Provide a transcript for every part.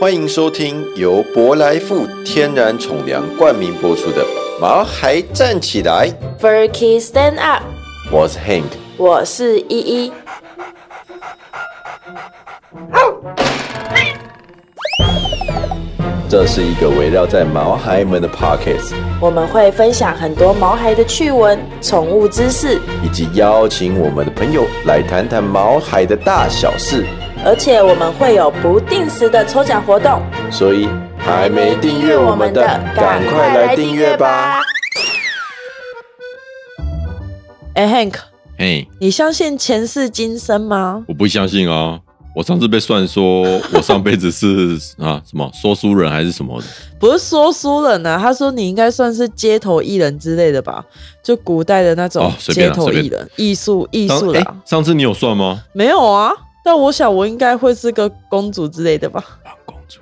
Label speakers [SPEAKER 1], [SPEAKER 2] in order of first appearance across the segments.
[SPEAKER 1] 欢迎收听由博莱富天然宠粮冠名播出的《毛孩站起来》，
[SPEAKER 2] f u r k y Stand Up，
[SPEAKER 1] 我是 Hank。
[SPEAKER 2] 我是依依。
[SPEAKER 1] 这是一个围绕在毛孩们的 Pockets，
[SPEAKER 2] 我们会分享很多毛孩的趣闻、宠物知识，
[SPEAKER 1] 以及邀请我们的朋友来谈谈毛孩的大小事。
[SPEAKER 2] 而且我们会有不定时的抽奖活动。
[SPEAKER 1] 所以还没订阅我们的，赶快来订阅吧！！
[SPEAKER 2] 哎、h a n k
[SPEAKER 3] 嘿，
[SPEAKER 2] 你相信前世今生吗？
[SPEAKER 3] 我不相信啊！我上次被算说我上辈子是 啊什么说书人还是什么的，
[SPEAKER 2] 不是说书人呢、啊，他说你应该算是街头艺人之类的吧，就古代的那种
[SPEAKER 3] 哦随
[SPEAKER 2] 街
[SPEAKER 3] 便啊
[SPEAKER 2] 头
[SPEAKER 3] 随便
[SPEAKER 2] 艺人、艺术艺
[SPEAKER 3] 上
[SPEAKER 2] 术
[SPEAKER 3] 哎、
[SPEAKER 2] 啦。
[SPEAKER 3] 上次你有算吗？
[SPEAKER 2] 没有啊，但我想我应该会是个公主之类的吧？
[SPEAKER 3] 潘公主，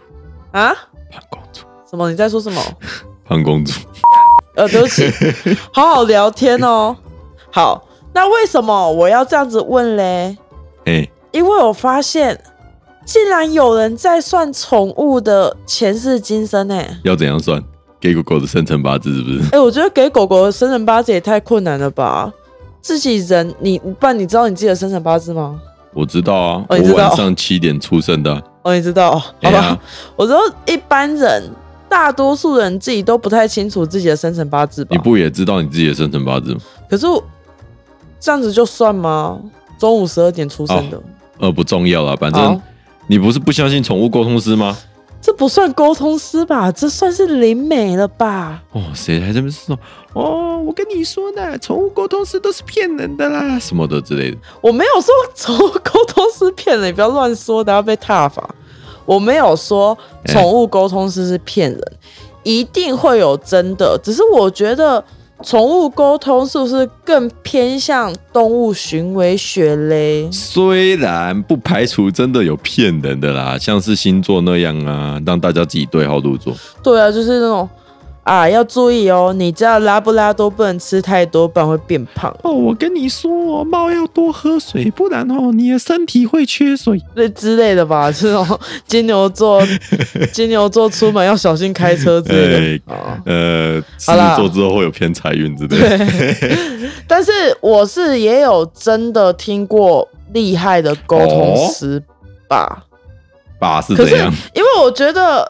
[SPEAKER 2] 啊？
[SPEAKER 3] 潘公主，
[SPEAKER 2] 什么？你在说什么？
[SPEAKER 3] 潘公主，
[SPEAKER 2] 呃，对不起，好好聊天哦。好，那为什么我要这样子问嘞？
[SPEAKER 3] 哎、
[SPEAKER 2] 因为我发现，竟然有人在算宠物的前世今生呢、欸。
[SPEAKER 3] 要怎样算？给狗狗的生辰八字是不是？
[SPEAKER 2] 哎、我觉得给狗狗的生辰八字也太困难了吧？自己人，你不然你知道你自己的生辰八字吗？
[SPEAKER 3] 我知道啊，
[SPEAKER 2] 哦你知
[SPEAKER 3] 我
[SPEAKER 2] 道
[SPEAKER 3] 晚上七点出生的啊、
[SPEAKER 2] 哦，你知道，好吧？
[SPEAKER 3] 哎呀
[SPEAKER 2] 我说一般人，大多数人自己都不太清楚自己的生辰八字吧
[SPEAKER 3] 你？不也知道你自己的生辰八字吗？
[SPEAKER 2] 可是我这样子就算吗？中午十二点出生的。
[SPEAKER 3] 呃，不重要啦，反
[SPEAKER 2] 好
[SPEAKER 3] 正你不是不相信宠物沟通师吗？
[SPEAKER 2] 这不算沟通师吧？这算是灵媒了吧？
[SPEAKER 3] 哦，谁还在那边说哦？我跟你说呢，宠物沟通师都是骗人的啦，什么的之类的。
[SPEAKER 2] 我没有说宠物沟通师骗人，你不要乱说，等下被踏伐。我没有说宠物沟通师是骗人，一定会有真的。只是我觉得宠物沟通是不是更偏向动物行为学嘞？
[SPEAKER 3] 虽然不排除真的有骗人的啦，像是星座那样啊，让大家自己对号入座。
[SPEAKER 2] 对啊，就是那种啊，要注意哦，你知道拉布拉多不能吃太多，不然会变胖。
[SPEAKER 3] 哦，我跟你说、哦，猫要多喝水，不然哦，你的身体会缺水。
[SPEAKER 2] 那之类的吧， 这种金牛座，金牛座出门要小心开车之类的。啊。
[SPEAKER 3] 呃，狮
[SPEAKER 2] 好啦
[SPEAKER 3] 子座之后会有偏财运之类的。
[SPEAKER 2] 但是我是也有真的听过厉害的沟通师吧，
[SPEAKER 3] 爸是
[SPEAKER 2] 可
[SPEAKER 3] 怎
[SPEAKER 2] 是
[SPEAKER 3] 样？
[SPEAKER 2] 因为我觉得，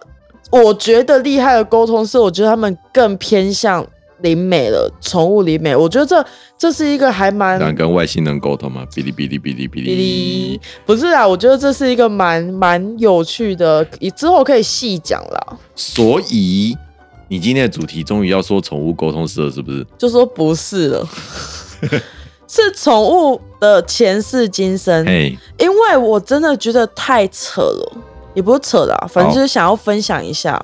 [SPEAKER 2] 我觉得厉害的沟通师，我觉得他们更偏向灵美了，宠物灵美。我觉得这这是一个还蛮
[SPEAKER 3] 想跟外星人沟通吗？哔哩哔哩哔哩哔
[SPEAKER 2] 嗯哔
[SPEAKER 3] 哩
[SPEAKER 2] 哩。，不是啊，我觉得这是一个蛮蛮有趣的，之后可以细讲啦。
[SPEAKER 3] 所以你今天的主题终于要说宠物沟通师了，是不是？
[SPEAKER 2] 就说不是了，是宠物的前世今生。
[SPEAKER 3] 哎，
[SPEAKER 2] 因为我真的觉得太扯了，也不是扯
[SPEAKER 3] 哦
[SPEAKER 2] 啦，反正就是想要分享一下，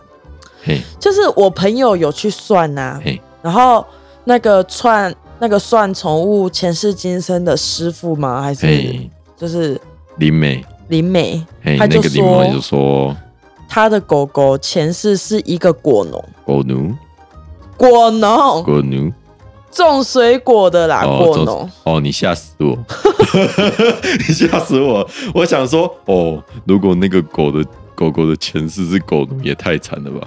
[SPEAKER 3] 嘿，
[SPEAKER 2] 就是我朋友有去算呐、
[SPEAKER 3] 嘿，
[SPEAKER 2] 然后那个算那个算宠物前世今生的师傅吗？还是
[SPEAKER 3] 嘿，
[SPEAKER 2] 就是
[SPEAKER 3] 林美，
[SPEAKER 2] 林美，
[SPEAKER 3] 嘿，
[SPEAKER 2] 他
[SPEAKER 3] 那
[SPEAKER 2] 就
[SPEAKER 3] 个林美就
[SPEAKER 2] 说
[SPEAKER 3] 说
[SPEAKER 2] 他的狗狗前世是一个果农，
[SPEAKER 3] 狗奴，
[SPEAKER 2] 果农
[SPEAKER 3] 狗奴。
[SPEAKER 2] 种水果的啦，
[SPEAKER 3] 哦，
[SPEAKER 2] 果
[SPEAKER 3] 走
[SPEAKER 2] 农。
[SPEAKER 3] 哦，你吓死 我！ 你吓死我！我想说，哦，如果那个狗的狗狗的前世是狗奴，也太惨了吧？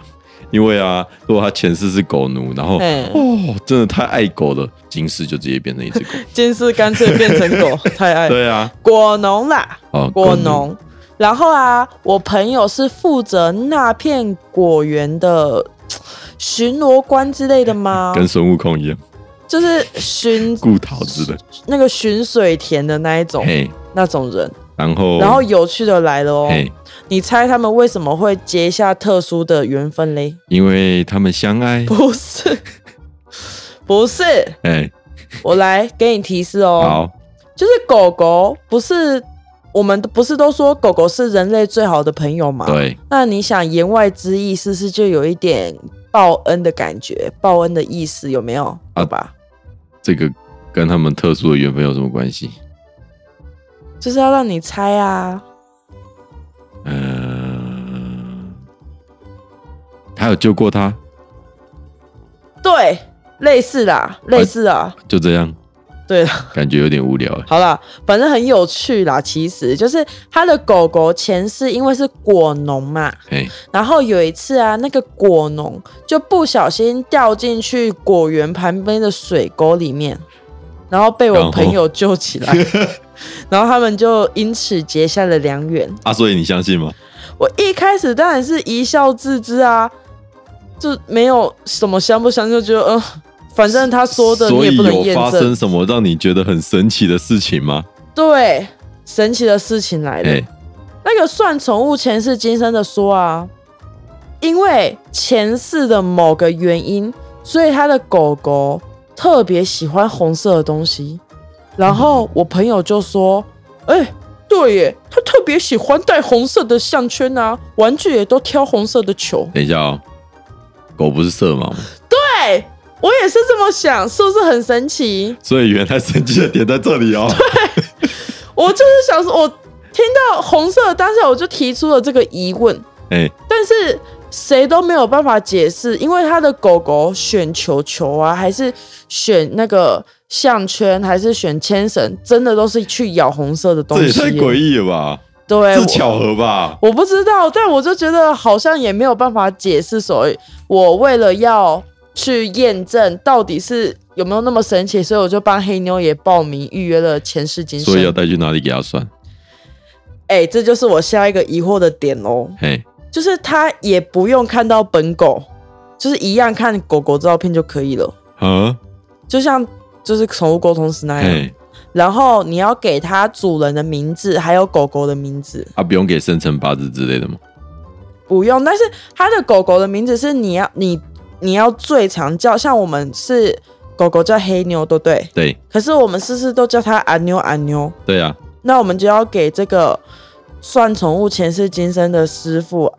[SPEAKER 3] 因为啊，如果它前世是狗奴，然后
[SPEAKER 2] 嘿
[SPEAKER 3] 哦，真的太爱狗了，今世就直接变成一只狗。
[SPEAKER 2] 今世干脆变成 狗，太爱了
[SPEAKER 3] 对啊，
[SPEAKER 2] 果农啦，
[SPEAKER 3] 哦，
[SPEAKER 2] 果农。然后啊，我朋友是负责那片果园的巡逻官之类的吗
[SPEAKER 3] 奴？ 跟孙悟空一样，
[SPEAKER 2] 就是巡
[SPEAKER 3] 顾桃子的。
[SPEAKER 2] 那个巡水田的那一种
[SPEAKER 3] 嘿，
[SPEAKER 2] 那种人。
[SPEAKER 3] 然后
[SPEAKER 2] 哦然后有趣的来了哦，
[SPEAKER 3] 嘿，
[SPEAKER 2] 你猜他们为什么会结下特殊的缘分嘞？
[SPEAKER 3] 因为他们相 爱。
[SPEAKER 2] 不是，不是，
[SPEAKER 3] 哎，
[SPEAKER 2] 我来给你提示哦。
[SPEAKER 3] 好，
[SPEAKER 2] 就是狗狗不是我们不是都说狗狗是人类最好的朋友吗？。
[SPEAKER 3] 对，
[SPEAKER 2] 那你想言外之意是不是就有一点报恩的感觉？报恩的意思有没有？
[SPEAKER 3] 啊
[SPEAKER 2] 好吧，
[SPEAKER 3] 这个跟他们特殊的缘分有什么关系？
[SPEAKER 2] 就是要让你猜啊。
[SPEAKER 3] 嗯，他有救过他，
[SPEAKER 2] 对，类似啦，类似啊，
[SPEAKER 3] 就这样。
[SPEAKER 2] 对了，
[SPEAKER 3] 感觉有点无聊欸。
[SPEAKER 2] 好啦，反正很有趣啦。其实就是他的狗狗前世因为是果农嘛，
[SPEAKER 3] 哎，
[SPEAKER 2] 然后有一次啊，那个果农就不小心掉进去果园旁边的水沟里面，然后被
[SPEAKER 3] 然
[SPEAKER 2] 我
[SPEAKER 3] 后
[SPEAKER 2] 朋友救起 来，然后他们就因此结下了良缘。
[SPEAKER 3] 啊，所以你相信吗？
[SPEAKER 2] 我一开始当然是一笑置之啊，就没有什么相不相信，就觉得嗯、呃反正他说的你
[SPEAKER 3] 所
[SPEAKER 2] 也
[SPEAKER 3] 以
[SPEAKER 2] 不能
[SPEAKER 3] 有
[SPEAKER 2] 验
[SPEAKER 3] 发
[SPEAKER 2] 证
[SPEAKER 3] 生。什么让你觉得很神奇的事情吗？
[SPEAKER 2] 对，神奇的事情来了。
[SPEAKER 3] 哎，
[SPEAKER 2] 那个算宠物前世今生的说啊，因为前世的某个原因，所以他的狗狗特别喜欢红色的东西。然后我朋友就说：“哎、对耶，他特别喜欢戴红色的项圈啊，玩具也都挑红色的球。
[SPEAKER 3] 等一下哦，狗不是色盲吗？”
[SPEAKER 2] 对，哎我也是这么想，是不是很神奇？
[SPEAKER 3] 所以原来神奇的点在这 里哦。
[SPEAKER 2] 我就是想说，我听到红色，当下我就提出了这个疑问。
[SPEAKER 3] 哎，
[SPEAKER 2] 但是谁都没有办法解释，因为他的狗狗选球球啊，还是选那个项圈，还是选牵绳，真的都是去咬红色的东
[SPEAKER 3] 这也
[SPEAKER 2] 西。
[SPEAKER 3] 太诡异了吧？
[SPEAKER 2] 对，
[SPEAKER 3] 这
[SPEAKER 2] 我
[SPEAKER 3] 巧合吧？
[SPEAKER 2] 我不知道，但我就觉得好像也没有办法解释，所以我为了要去验证到底是有没有那么神奇，所以我就帮黑妞也报名预约了前世今
[SPEAKER 3] 所以要
[SPEAKER 2] 生。
[SPEAKER 3] 带去哪里给它算？
[SPEAKER 2] 哎、这就是我下一个疑惑的点哦。
[SPEAKER 3] 嘿，
[SPEAKER 2] 就是他也不用看到本狗，就是一样看狗狗照片就可以了，
[SPEAKER 3] 啊，
[SPEAKER 2] 就像就是宠物沟通师那样。
[SPEAKER 3] 嘿，
[SPEAKER 2] 然后你要给它主人的名字，还有狗狗的名字，
[SPEAKER 3] 啊，不用给生辰八字之类的吗？
[SPEAKER 2] 不用。但是它的狗狗的名字是你要你你要最常叫，像我们是狗狗叫黑妞，对不对？
[SPEAKER 3] 对，
[SPEAKER 2] 可是我们事事都叫它阿妞阿妞，
[SPEAKER 3] 对啊，
[SPEAKER 2] 那我们就要给这个算宠物前世今生的师傅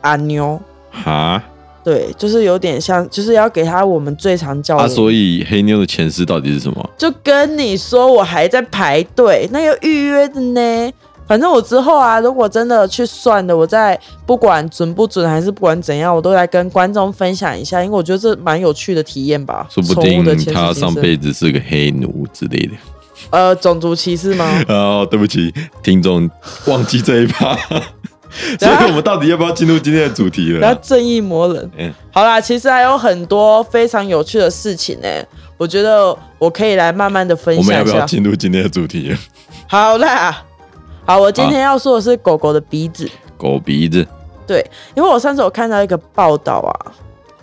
[SPEAKER 2] 阿妞。
[SPEAKER 3] 哈，啊
[SPEAKER 2] 对，就是有点像，就是要给他我们最常叫的。
[SPEAKER 3] 啊，所以黑妞的前世到底是什么？
[SPEAKER 2] 就跟你说，我还在排队，那要预约的呢。反正我之后啊，如果真的去算的，我再不管准不准，还是不管怎样，我都来跟观众分享一下，因为我觉得这蛮有趣的体验吧。
[SPEAKER 3] 说不
[SPEAKER 2] 宠
[SPEAKER 3] 定
[SPEAKER 2] 物的前世
[SPEAKER 3] 他
[SPEAKER 2] 今生
[SPEAKER 3] 上辈子是个黑奴之类的。
[SPEAKER 2] 呃种族歧视吗？
[SPEAKER 3] 哦，对不起，听众忘记这一 趴，所以我们到底要不要进入今天的主题
[SPEAKER 2] 然后
[SPEAKER 3] 了？
[SPEAKER 2] 正义魔人。
[SPEAKER 3] 嗯
[SPEAKER 2] 好啦，其实还有很多非常有趣的事情呢、我觉得我可以来慢慢的分
[SPEAKER 3] 我们
[SPEAKER 2] 享
[SPEAKER 3] 要
[SPEAKER 2] 一
[SPEAKER 3] 不要
[SPEAKER 2] 下。
[SPEAKER 3] 进入今天的主题了？
[SPEAKER 2] 好啦，好，我今
[SPEAKER 3] 好
[SPEAKER 2] 天要说的是狗狗的鼻子。
[SPEAKER 3] 狗鼻子，
[SPEAKER 2] 对，因为我上次有看到一个报道啊，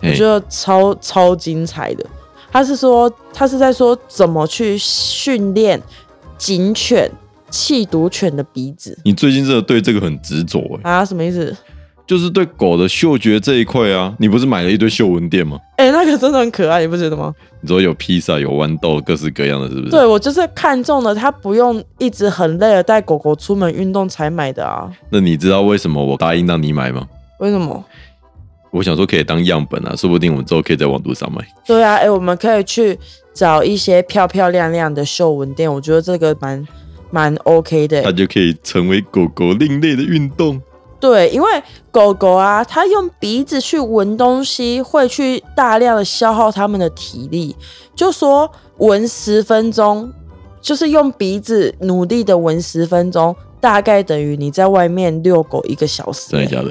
[SPEAKER 2] 我
[SPEAKER 3] 哎
[SPEAKER 2] 觉，得超超精彩的。他是说，他是在说怎么去训练警犬、气毒犬的鼻子
[SPEAKER 3] 你最近真的对这个很执着哎，
[SPEAKER 2] 啊？什么意思？
[SPEAKER 3] 就是对狗的嗅觉这一块啊，你不是买了一堆嗅闻垫吗？
[SPEAKER 2] 哎、那个真的很可爱，你不觉得吗？
[SPEAKER 3] 你说有披萨，有豌豆，各式各样的，是不是？
[SPEAKER 2] 对，我就是看中了，它不用一直很累的带狗狗出门运动才买的啊。
[SPEAKER 3] 那你知道为什么我答应让你买吗？
[SPEAKER 2] 为什么？
[SPEAKER 3] 我想说可以当样本啊，说不定我们之后可以在网络上买。
[SPEAKER 2] 对啊，哎、我们可以去找一些漂漂亮亮的嗅闻店，我觉得这个蛮蛮 OK 的、欸
[SPEAKER 3] 它就可以成为狗狗另类的运动。
[SPEAKER 2] 对，因为狗狗啊，它用鼻子去闻东西，会去大量的消耗它们的体力。就说闻十分钟，就是用鼻子努力的闻十分钟，大概等于你在外面遛狗一个小时、
[SPEAKER 3] 真的假的？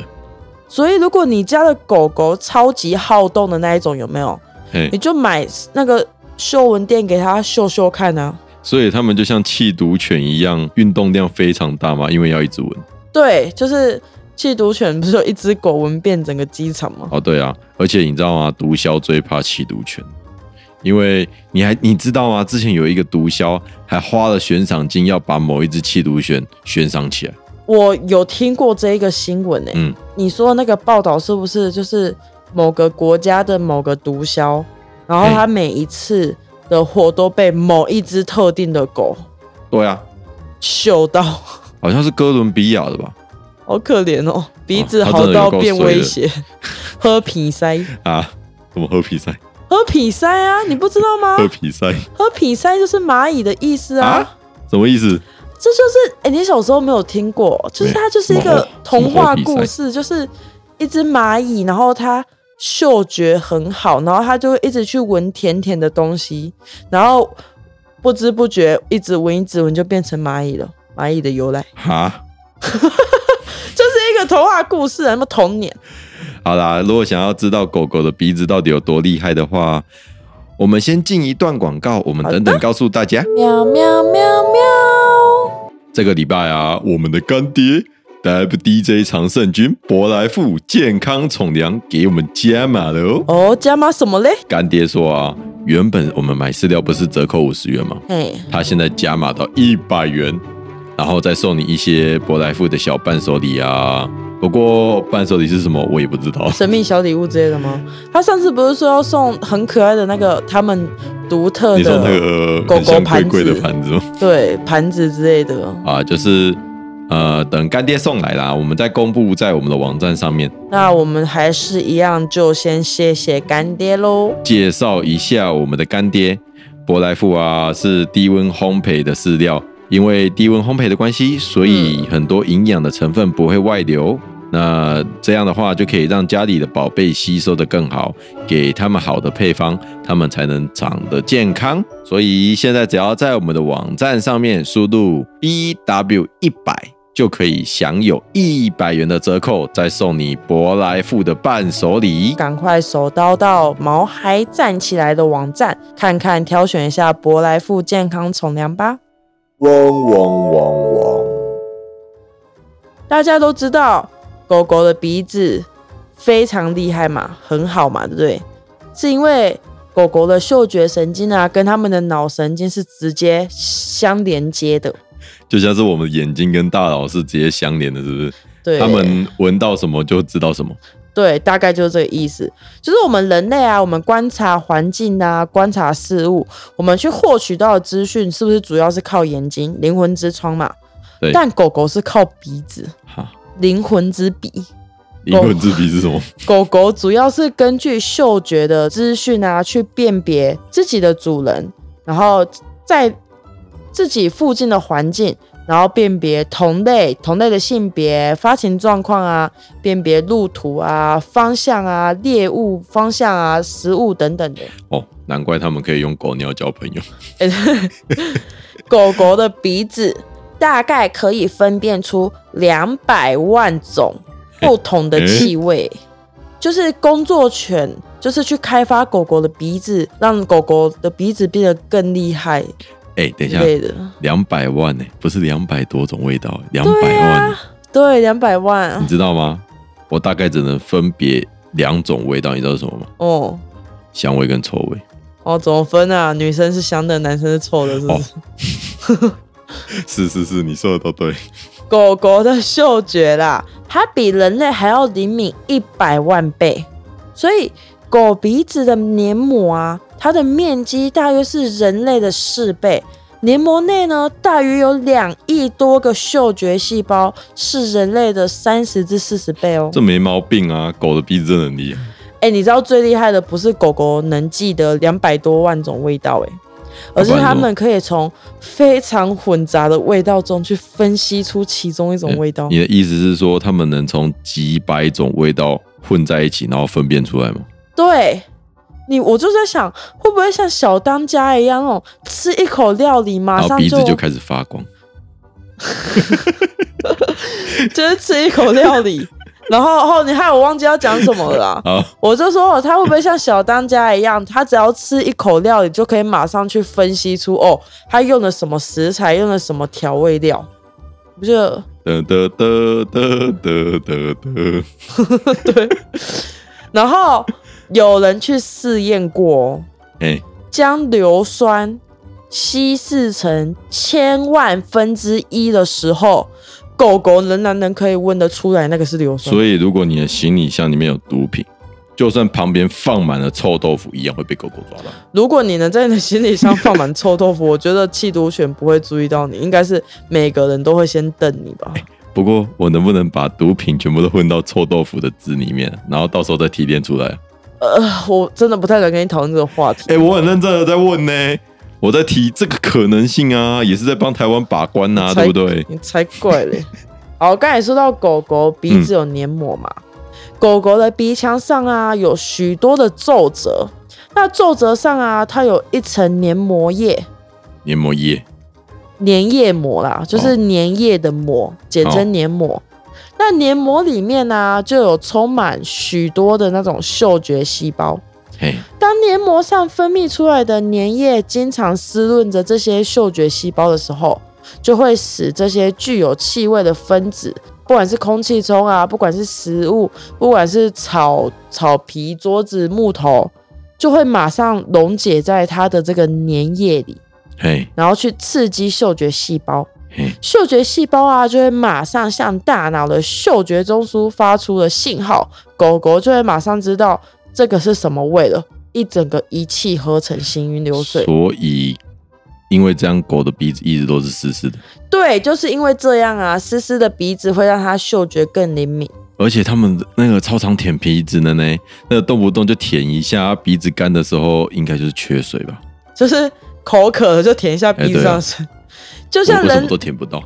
[SPEAKER 2] 所以如果你家的狗狗超级好动的那一种，有没有？
[SPEAKER 3] 嘿
[SPEAKER 2] 你，就买那个嗅闻垫给它嗅嗅看啊。
[SPEAKER 3] 所以它们就像气毒犬一样，运动量非常大嘛，因为要一直闻。
[SPEAKER 2] 对，就是气毒犬，不是有一只狗闻遍整个机场吗？
[SPEAKER 3] 哦，对啊，而且你知道吗？毒枭最怕气毒犬，因为你还你知道吗？之前有一个毒枭还花了悬赏金要把某一只气毒犬悬赏起来。
[SPEAKER 2] 我有听过这一个新闻诶、
[SPEAKER 3] 嗯
[SPEAKER 2] 你说的那个报道是不是就是某个国家的某个毒枭，然后他每一次的货都被某一只特定的狗
[SPEAKER 3] 对啊，
[SPEAKER 2] 嗅到，
[SPEAKER 3] 好像是哥伦比亚的吧？
[SPEAKER 2] 好可怜哦，鼻子
[SPEAKER 3] 哦他
[SPEAKER 2] 好
[SPEAKER 3] 真的有
[SPEAKER 2] 到
[SPEAKER 3] 够
[SPEAKER 2] 变
[SPEAKER 3] 衰
[SPEAKER 2] 威
[SPEAKER 3] 的
[SPEAKER 2] 胁， 喝皮塞，
[SPEAKER 3] 啊，怎么喝皮塞？
[SPEAKER 2] 喝皮塞啊，你不知道吗？
[SPEAKER 3] 喝皮塞、
[SPEAKER 2] 喝皮塞就是蚂蚁的意思啊。
[SPEAKER 3] 啊？什么意思？
[SPEAKER 2] 这就是哎、诶你小时候没有听过，就是它就是一
[SPEAKER 3] 什么
[SPEAKER 2] 个
[SPEAKER 3] 猴
[SPEAKER 2] 童话故事，就是一只蚂蚁，然后它嗅觉很好，然后它就会一直去闻甜甜的东西，然后不知不觉一直闻一直闻就变成蚂蚁了。蚂蚁的由来
[SPEAKER 3] 哈。
[SPEAKER 2] 就是一个童话故事啊，什么童年。
[SPEAKER 3] 好啦，如果想要知道狗狗的鼻子到底有多厉害的话，我们先进一段广告，我们等等告诉大家。
[SPEAKER 2] 喵喵喵喵，
[SPEAKER 3] 这个礼拜啊，我们的干爹 W DJ 常胜军博来富健康宠粮给我们加码了哦。
[SPEAKER 2] 哦，加码什么嘞？
[SPEAKER 3] 干爹说啊，原本我们买饲料不是折扣五十元吗？
[SPEAKER 2] 嘿，
[SPEAKER 3] 他现在加码到一百元，然后再送你一些博莱富的小伴手礼啊。不过伴手礼是什么，我也不知道。
[SPEAKER 2] 神秘小礼物之类的吗？他上次不是说要送很可爱的那个他们独特
[SPEAKER 3] 你说那
[SPEAKER 2] 的
[SPEAKER 3] 个
[SPEAKER 2] 狗
[SPEAKER 3] 很
[SPEAKER 2] 狗
[SPEAKER 3] 像
[SPEAKER 2] 盘
[SPEAKER 3] 贵贵的
[SPEAKER 2] 子
[SPEAKER 3] 盘子吗？
[SPEAKER 2] 对盘子之类的？
[SPEAKER 3] 啊，就是呃，等干爹送来啦，我们再公布在我们的网站上面
[SPEAKER 2] 那我们还是一样，就先谢谢干爹喽。
[SPEAKER 3] 介绍一下我们的干爹博莱富啊，是低温烘焙的饲料，因为低温烘焙的关系，所以很多营养的成分不会外流。那这样的话，就可以让家里的宝贝吸收的更好，给他们好的配方，他们才能长得健康。所以现在只要在我们的网站上面输入 B W 一百，就可以享有一百元的折扣，再送你博莱富的伴手礼。
[SPEAKER 2] 赶快手刀到毛孩站起来的网站看看，挑选一下博莱富健康宠粮吧。
[SPEAKER 1] 汪汪汪汪！
[SPEAKER 2] 大家都知道，狗狗的鼻子非常厉害嘛，很好嘛，对不对？是因为狗狗的嗅觉神经啊，跟它们的脑神经是直接相连接的。
[SPEAKER 3] 就像是我们眼睛跟大脑是直接相连的，是不是？
[SPEAKER 2] 对，
[SPEAKER 3] 他们闻到什么就知道什么。
[SPEAKER 2] 对，大概就是这个意思。就是我们人类啊，我们观察环境啊，观察事物，我们去获取到的资讯，是不是主要是靠眼睛、灵魂之窗嘛？
[SPEAKER 3] 对
[SPEAKER 2] 但狗狗是靠鼻子，
[SPEAKER 3] 哈，
[SPEAKER 2] 灵魂之鼻。
[SPEAKER 3] 灵魂之鼻是什么？
[SPEAKER 2] 狗狗主要是根据嗅觉的资讯啊，去辨别自己的主人，然后在自己附近的环境，然后辨别同类、同类的性别、发情状况啊，辨别路途啊、方向啊、猎物方向啊、食物等等的。
[SPEAKER 3] 哦，难怪他们可以用狗尿交 朋友。
[SPEAKER 2] 狗狗的鼻子大概可以分辨出两百万种不同的气味，就是工作犬，就是去开发狗狗的鼻子，让狗狗的鼻子变得更厉害
[SPEAKER 3] 哎、等一
[SPEAKER 2] 之
[SPEAKER 3] 下，
[SPEAKER 2] 类的。
[SPEAKER 3] 两百万呢、不是两百多种味道，两百
[SPEAKER 2] 对
[SPEAKER 3] 万欸、
[SPEAKER 2] 啊，对，两百万
[SPEAKER 3] 你知道吗？我大概只能分别两种味道，你知道是什么吗？
[SPEAKER 2] 哦
[SPEAKER 3] 香味跟臭味。
[SPEAKER 2] 哦，怎么分啊？女生是香的，男生是臭的，是
[SPEAKER 3] 哦
[SPEAKER 2] 不是？
[SPEAKER 3] 是是是，你说的都对。
[SPEAKER 2] 狗狗的嗅觉啦，它比人类还要灵敏一百万倍，所以狗鼻子的黏膜啊，它的面积大约是人类的四倍。黏膜内呢，大约有两亿多个嗅觉细胞，是人类的三十至四十倍哦
[SPEAKER 3] 这。没毛病啊，狗的鼻子真的很厉害。
[SPEAKER 2] 哎、你知道最厉害的不是狗狗能记得两百多万种味道、哎，而是
[SPEAKER 3] 啊要不然
[SPEAKER 2] 它
[SPEAKER 3] 呢
[SPEAKER 2] 们可以从非常混杂的味道中去分析出其中一种味道。
[SPEAKER 3] 你的意思是说，他们能从几百种味道混在一起，然后分辨出来吗？
[SPEAKER 2] 对你，我就在想，会不会像小当家一样，那种吃一口料理马
[SPEAKER 3] 然后
[SPEAKER 2] 上
[SPEAKER 3] 鼻
[SPEAKER 2] 就
[SPEAKER 3] 子就开始发光。
[SPEAKER 2] 就是吃一口料 理，然后后你害我忘记要讲什么了啦。
[SPEAKER 3] 好，
[SPEAKER 2] 我就说哦他会不会像小当家一样，他只要吃一口料理就可以马上去分析出哦，他用了什么食材，用了什么调味料，不就
[SPEAKER 3] 得得得得得得得，
[SPEAKER 2] 然后有人去试验过、哦，
[SPEAKER 3] 哎，
[SPEAKER 2] 将硫酸稀释成千万分之一的时候，狗狗仍然能可以闻得出来那个是硫酸。
[SPEAKER 3] 所以如果你的行李箱里面有毒品，就算旁边放满了臭豆腐，一样会被狗狗抓到。
[SPEAKER 2] 如果你能在你的行李箱放满臭豆腐，我觉得弃毒犬不会注意到你，应该是每个人都会先瞪你 吧。
[SPEAKER 3] 不过我能不能把毒品全部都混到臭豆腐的汁里面，然后到时候再提炼出来？
[SPEAKER 2] 呃，我真的不太想跟你讨论这个话题。
[SPEAKER 3] 哎，我很认真的在问呢、我在提这个可能性啊，也是在帮台湾把关呐、啊，
[SPEAKER 2] 才
[SPEAKER 3] 对不对？
[SPEAKER 2] 你才怪嘞！好，刚才说到狗狗鼻子有黏膜嘛，
[SPEAKER 3] 嗯
[SPEAKER 2] 狗狗的鼻腔上啊有许多的皱褶，那皱褶上啊它有一层黏膜液，
[SPEAKER 3] 黏膜液，
[SPEAKER 2] 粘液膜啦，就是粘液的膜，简称黏膜。那黏膜里面呢、就有充满许多的那种嗅觉细胞。
[SPEAKER 3] 嘿，
[SPEAKER 2] 当黏膜上分泌出来的粘液经常湿润着这些嗅觉细胞的时候，就会使这些具有气味的分子，不管是空气中啊，不管是食物，不管是草草皮、桌子、木头，就会马上溶解在它的这个粘液里，
[SPEAKER 3] 嘿，
[SPEAKER 2] 然后去刺激嗅觉细胞。
[SPEAKER 3] 嘿，
[SPEAKER 2] 嗅觉细胞啊，就会马上向大脑的嗅觉中枢发出了信号，狗狗就会马上知道这个是什么味了，一整个一气呵成，行云流水。
[SPEAKER 3] 所以因为这样，狗的鼻子一直都是湿湿的，
[SPEAKER 2] 对，就是因为这样啊，湿湿的鼻子会让它嗅觉更灵敏。
[SPEAKER 3] 而且它们的那个超常舔鼻子的呢，那个动不动就舔一下，鼻子干的时候应该就是缺水吧？
[SPEAKER 2] 就是口渴了就舔一下鼻子上水，就
[SPEAKER 3] 哎啊我
[SPEAKER 2] 像
[SPEAKER 3] 为什么
[SPEAKER 2] 人
[SPEAKER 3] 都舔不到？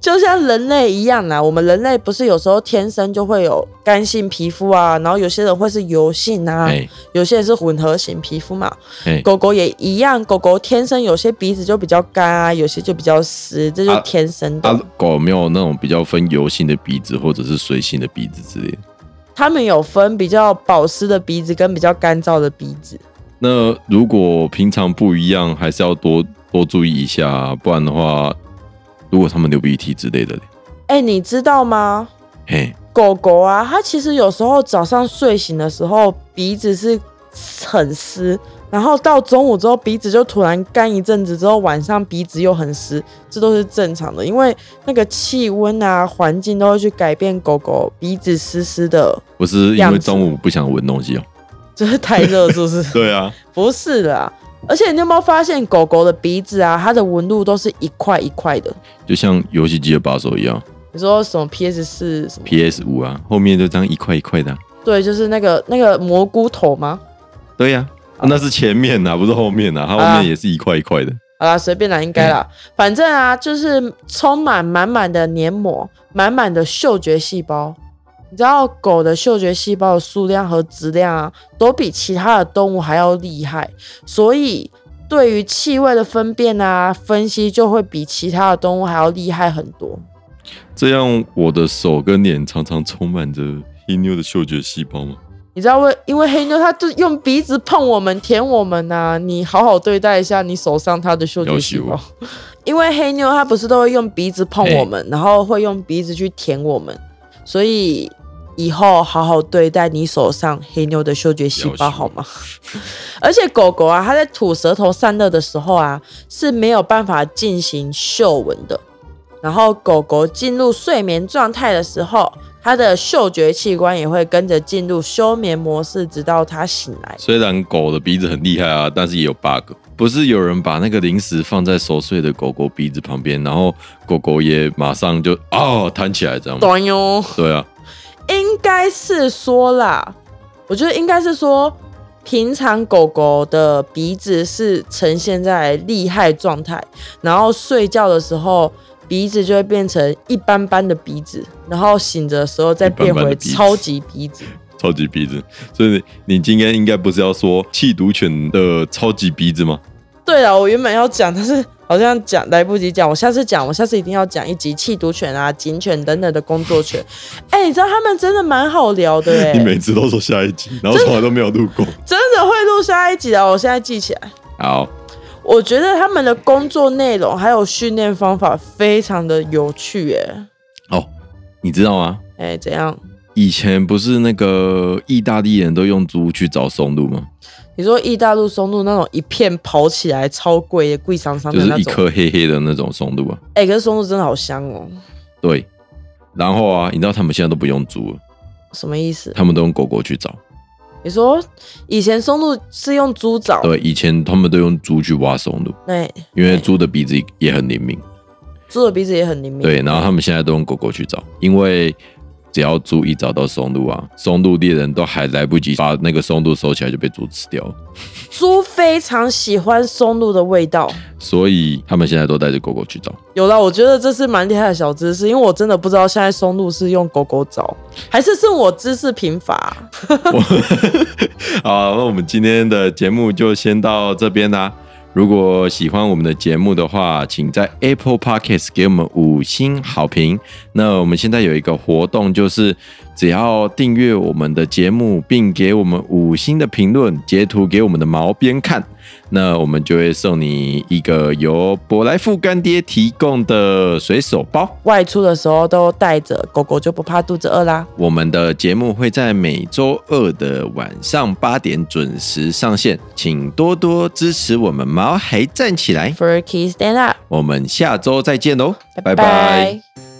[SPEAKER 2] 就像人类一样啊啦。我们人类不是有时候天生就会有干性皮肤啊，然后有些人会是油性啊，
[SPEAKER 3] 哎
[SPEAKER 2] 有些人是混合型皮肤嘛。
[SPEAKER 3] 哎，
[SPEAKER 2] 狗狗也一样，狗狗天生有些鼻子就比较干啊，有些就比较湿，这就是天生的。
[SPEAKER 3] 啊，狗有没有那种比较分油性的鼻子或者是水性的鼻子之类的？
[SPEAKER 2] 它们有分比较保湿的鼻子跟比较干燥的鼻子。
[SPEAKER 3] 那如果平常不一样，还是要多多注意一下，不然的话，如果他们流鼻涕之类的嘞，
[SPEAKER 2] 哎、你知道吗？
[SPEAKER 3] 嘿，
[SPEAKER 2] 狗狗啊，它其实有时候早上睡醒的时候鼻子是很湿，然后到中午之后鼻子就突然干一阵子，之后晚上鼻子又很湿，这都是正常的，因为那个气温啊、环境都会去改变狗狗鼻子湿湿的，
[SPEAKER 3] 我是因
[SPEAKER 2] 样
[SPEAKER 3] 为
[SPEAKER 2] 子
[SPEAKER 3] 中午不想闻东西哦、
[SPEAKER 2] 就是太热，是不是？
[SPEAKER 3] 对啊，
[SPEAKER 2] 不是啦，而且你有没有发现狗狗的鼻子啊，它的纹路都是一块一块的？
[SPEAKER 3] 就像游戏机的把手一样
[SPEAKER 2] 你说什么 PS 四什么？
[SPEAKER 3] ，PS 五啊，后面就这样一块一块的啊、
[SPEAKER 2] 对，就是那个那个蘑菇头吗？
[SPEAKER 3] 对呀、啊那是前面呐、不是后面呐、它后
[SPEAKER 2] 啊
[SPEAKER 3] 面也是一块一块的。
[SPEAKER 2] 好啦，随便啦，应该啦。反正啊，就是充满满满的黏膜，满满的嗅觉细胞。你知道狗的嗅觉细胞的数量和质量啊，都比其他的动物还要厉害，所以对于气味的分辨啊、分析就会比其他的动物还要厉害很多。
[SPEAKER 3] 这样我的手跟脸常常充满着黑妞的嗅觉细胞吗？
[SPEAKER 2] 你知道为因为黑妞她就用鼻子碰我们、舔我们呐、你好好对待一下你手上她的嗅觉细
[SPEAKER 3] 要
[SPEAKER 2] 胞
[SPEAKER 3] 洗。
[SPEAKER 2] 因为黑妞她不是都会用鼻子碰我们，然后会用鼻子去舔我们，所以以后好好对待你手上黑妞的嗅觉细
[SPEAKER 3] 要洗
[SPEAKER 2] 胞
[SPEAKER 3] 我
[SPEAKER 2] 好吗？ 而且狗狗啊，它在吐舌头散热的时候啊，是没有办法进行嗅闻的。然后狗狗进入睡眠状态的时候，它的嗅觉器官也会跟着进入休眠模式，直到它醒来。
[SPEAKER 3] 虽然狗的鼻子很厉害啊，但是也有 bug。不是有人把那个零食放在熟睡的狗狗鼻子旁边，然后狗狗也马上就哦弹起来，这样吗？
[SPEAKER 2] 短哟，
[SPEAKER 3] 对啊，
[SPEAKER 2] 应该是说啦，我觉得应该是说，平常狗狗的鼻子是呈现在厉害状态，然后睡觉的时候。鼻子就会变成一般般的鼻子，然后醒着的时候再变
[SPEAKER 3] 一般般
[SPEAKER 2] 回
[SPEAKER 3] 的鼻子
[SPEAKER 2] 超级鼻子。
[SPEAKER 3] 超级鼻子。所以你今天应该不是要说气毒犬的超级鼻子吗？
[SPEAKER 2] 对了，我原本要讲，但是好像讲来不及讲，我下次讲，我下次一定要讲一集弃毒犬啊、警犬等等的工作犬。 哎、你知道他们真的蛮好聊的 哎、
[SPEAKER 3] 你每次都说下一集，然后从来都没有录过。
[SPEAKER 2] 真的会录下一集的，我现在记起来。
[SPEAKER 3] 好，
[SPEAKER 2] 我觉得他们的工作内容还有训练方法非常的有趣哎、
[SPEAKER 3] 哦，你知道吗？
[SPEAKER 2] 哎、怎样？
[SPEAKER 3] 以前不是那个意大利人都用猪去找松露吗？
[SPEAKER 2] 你说意大利松露那种一片跑起来超贵的贵桑桑
[SPEAKER 3] 就
[SPEAKER 2] 的
[SPEAKER 3] 是
[SPEAKER 2] 那
[SPEAKER 3] 一
[SPEAKER 2] 种，
[SPEAKER 3] 颗黑黑的那种松露啊。
[SPEAKER 2] 哎、可是松露真的好香哦，
[SPEAKER 3] 对，然后啊，你知道他们现在都不用猪了，
[SPEAKER 2] 什么意思？
[SPEAKER 3] 他们都用狗狗去找。
[SPEAKER 2] 你说以前松露是用猪爪，哎
[SPEAKER 3] 对，以前他们都用猪去挖松露，
[SPEAKER 2] 对，
[SPEAKER 3] 因为猪的鼻子也很灵敏。
[SPEAKER 2] 猪的鼻子也很灵敏。
[SPEAKER 3] 对，然后他们现在都用狗狗去找，因为只要猪一找到松露啊，松露猎人都还来不及把那个松露收起来就被猪吃掉了，
[SPEAKER 2] 猪非常喜欢松露的味道。
[SPEAKER 3] 所以他们现在都带着狗狗去找。
[SPEAKER 2] 有啦，我觉得这是蛮厉害的小知识，因为我真的不知道现在松露是用狗狗找，还是是我知识贫乏、
[SPEAKER 3] 我好，那我们今天的节目就先到这边啦、啊如果喜欢我们的节目的话，请在 Apple Podcast 给我们五星好评。那我们现在有一个活动，就是只要订阅我们的节目，并给我们五星的评论，截图给我们的毛边看，那我们就会送你一个由博莱富干爹提供的随手包。
[SPEAKER 2] 外出的时候都带着，狗狗就不怕肚子饿啦。
[SPEAKER 3] 我们的节目会在每周二的晚上八点准时上线，请多多支持我们毛孩站起来。
[SPEAKER 2] Furky stand up，
[SPEAKER 3] 我们下周再见喽，拜拜。
[SPEAKER 2] 拜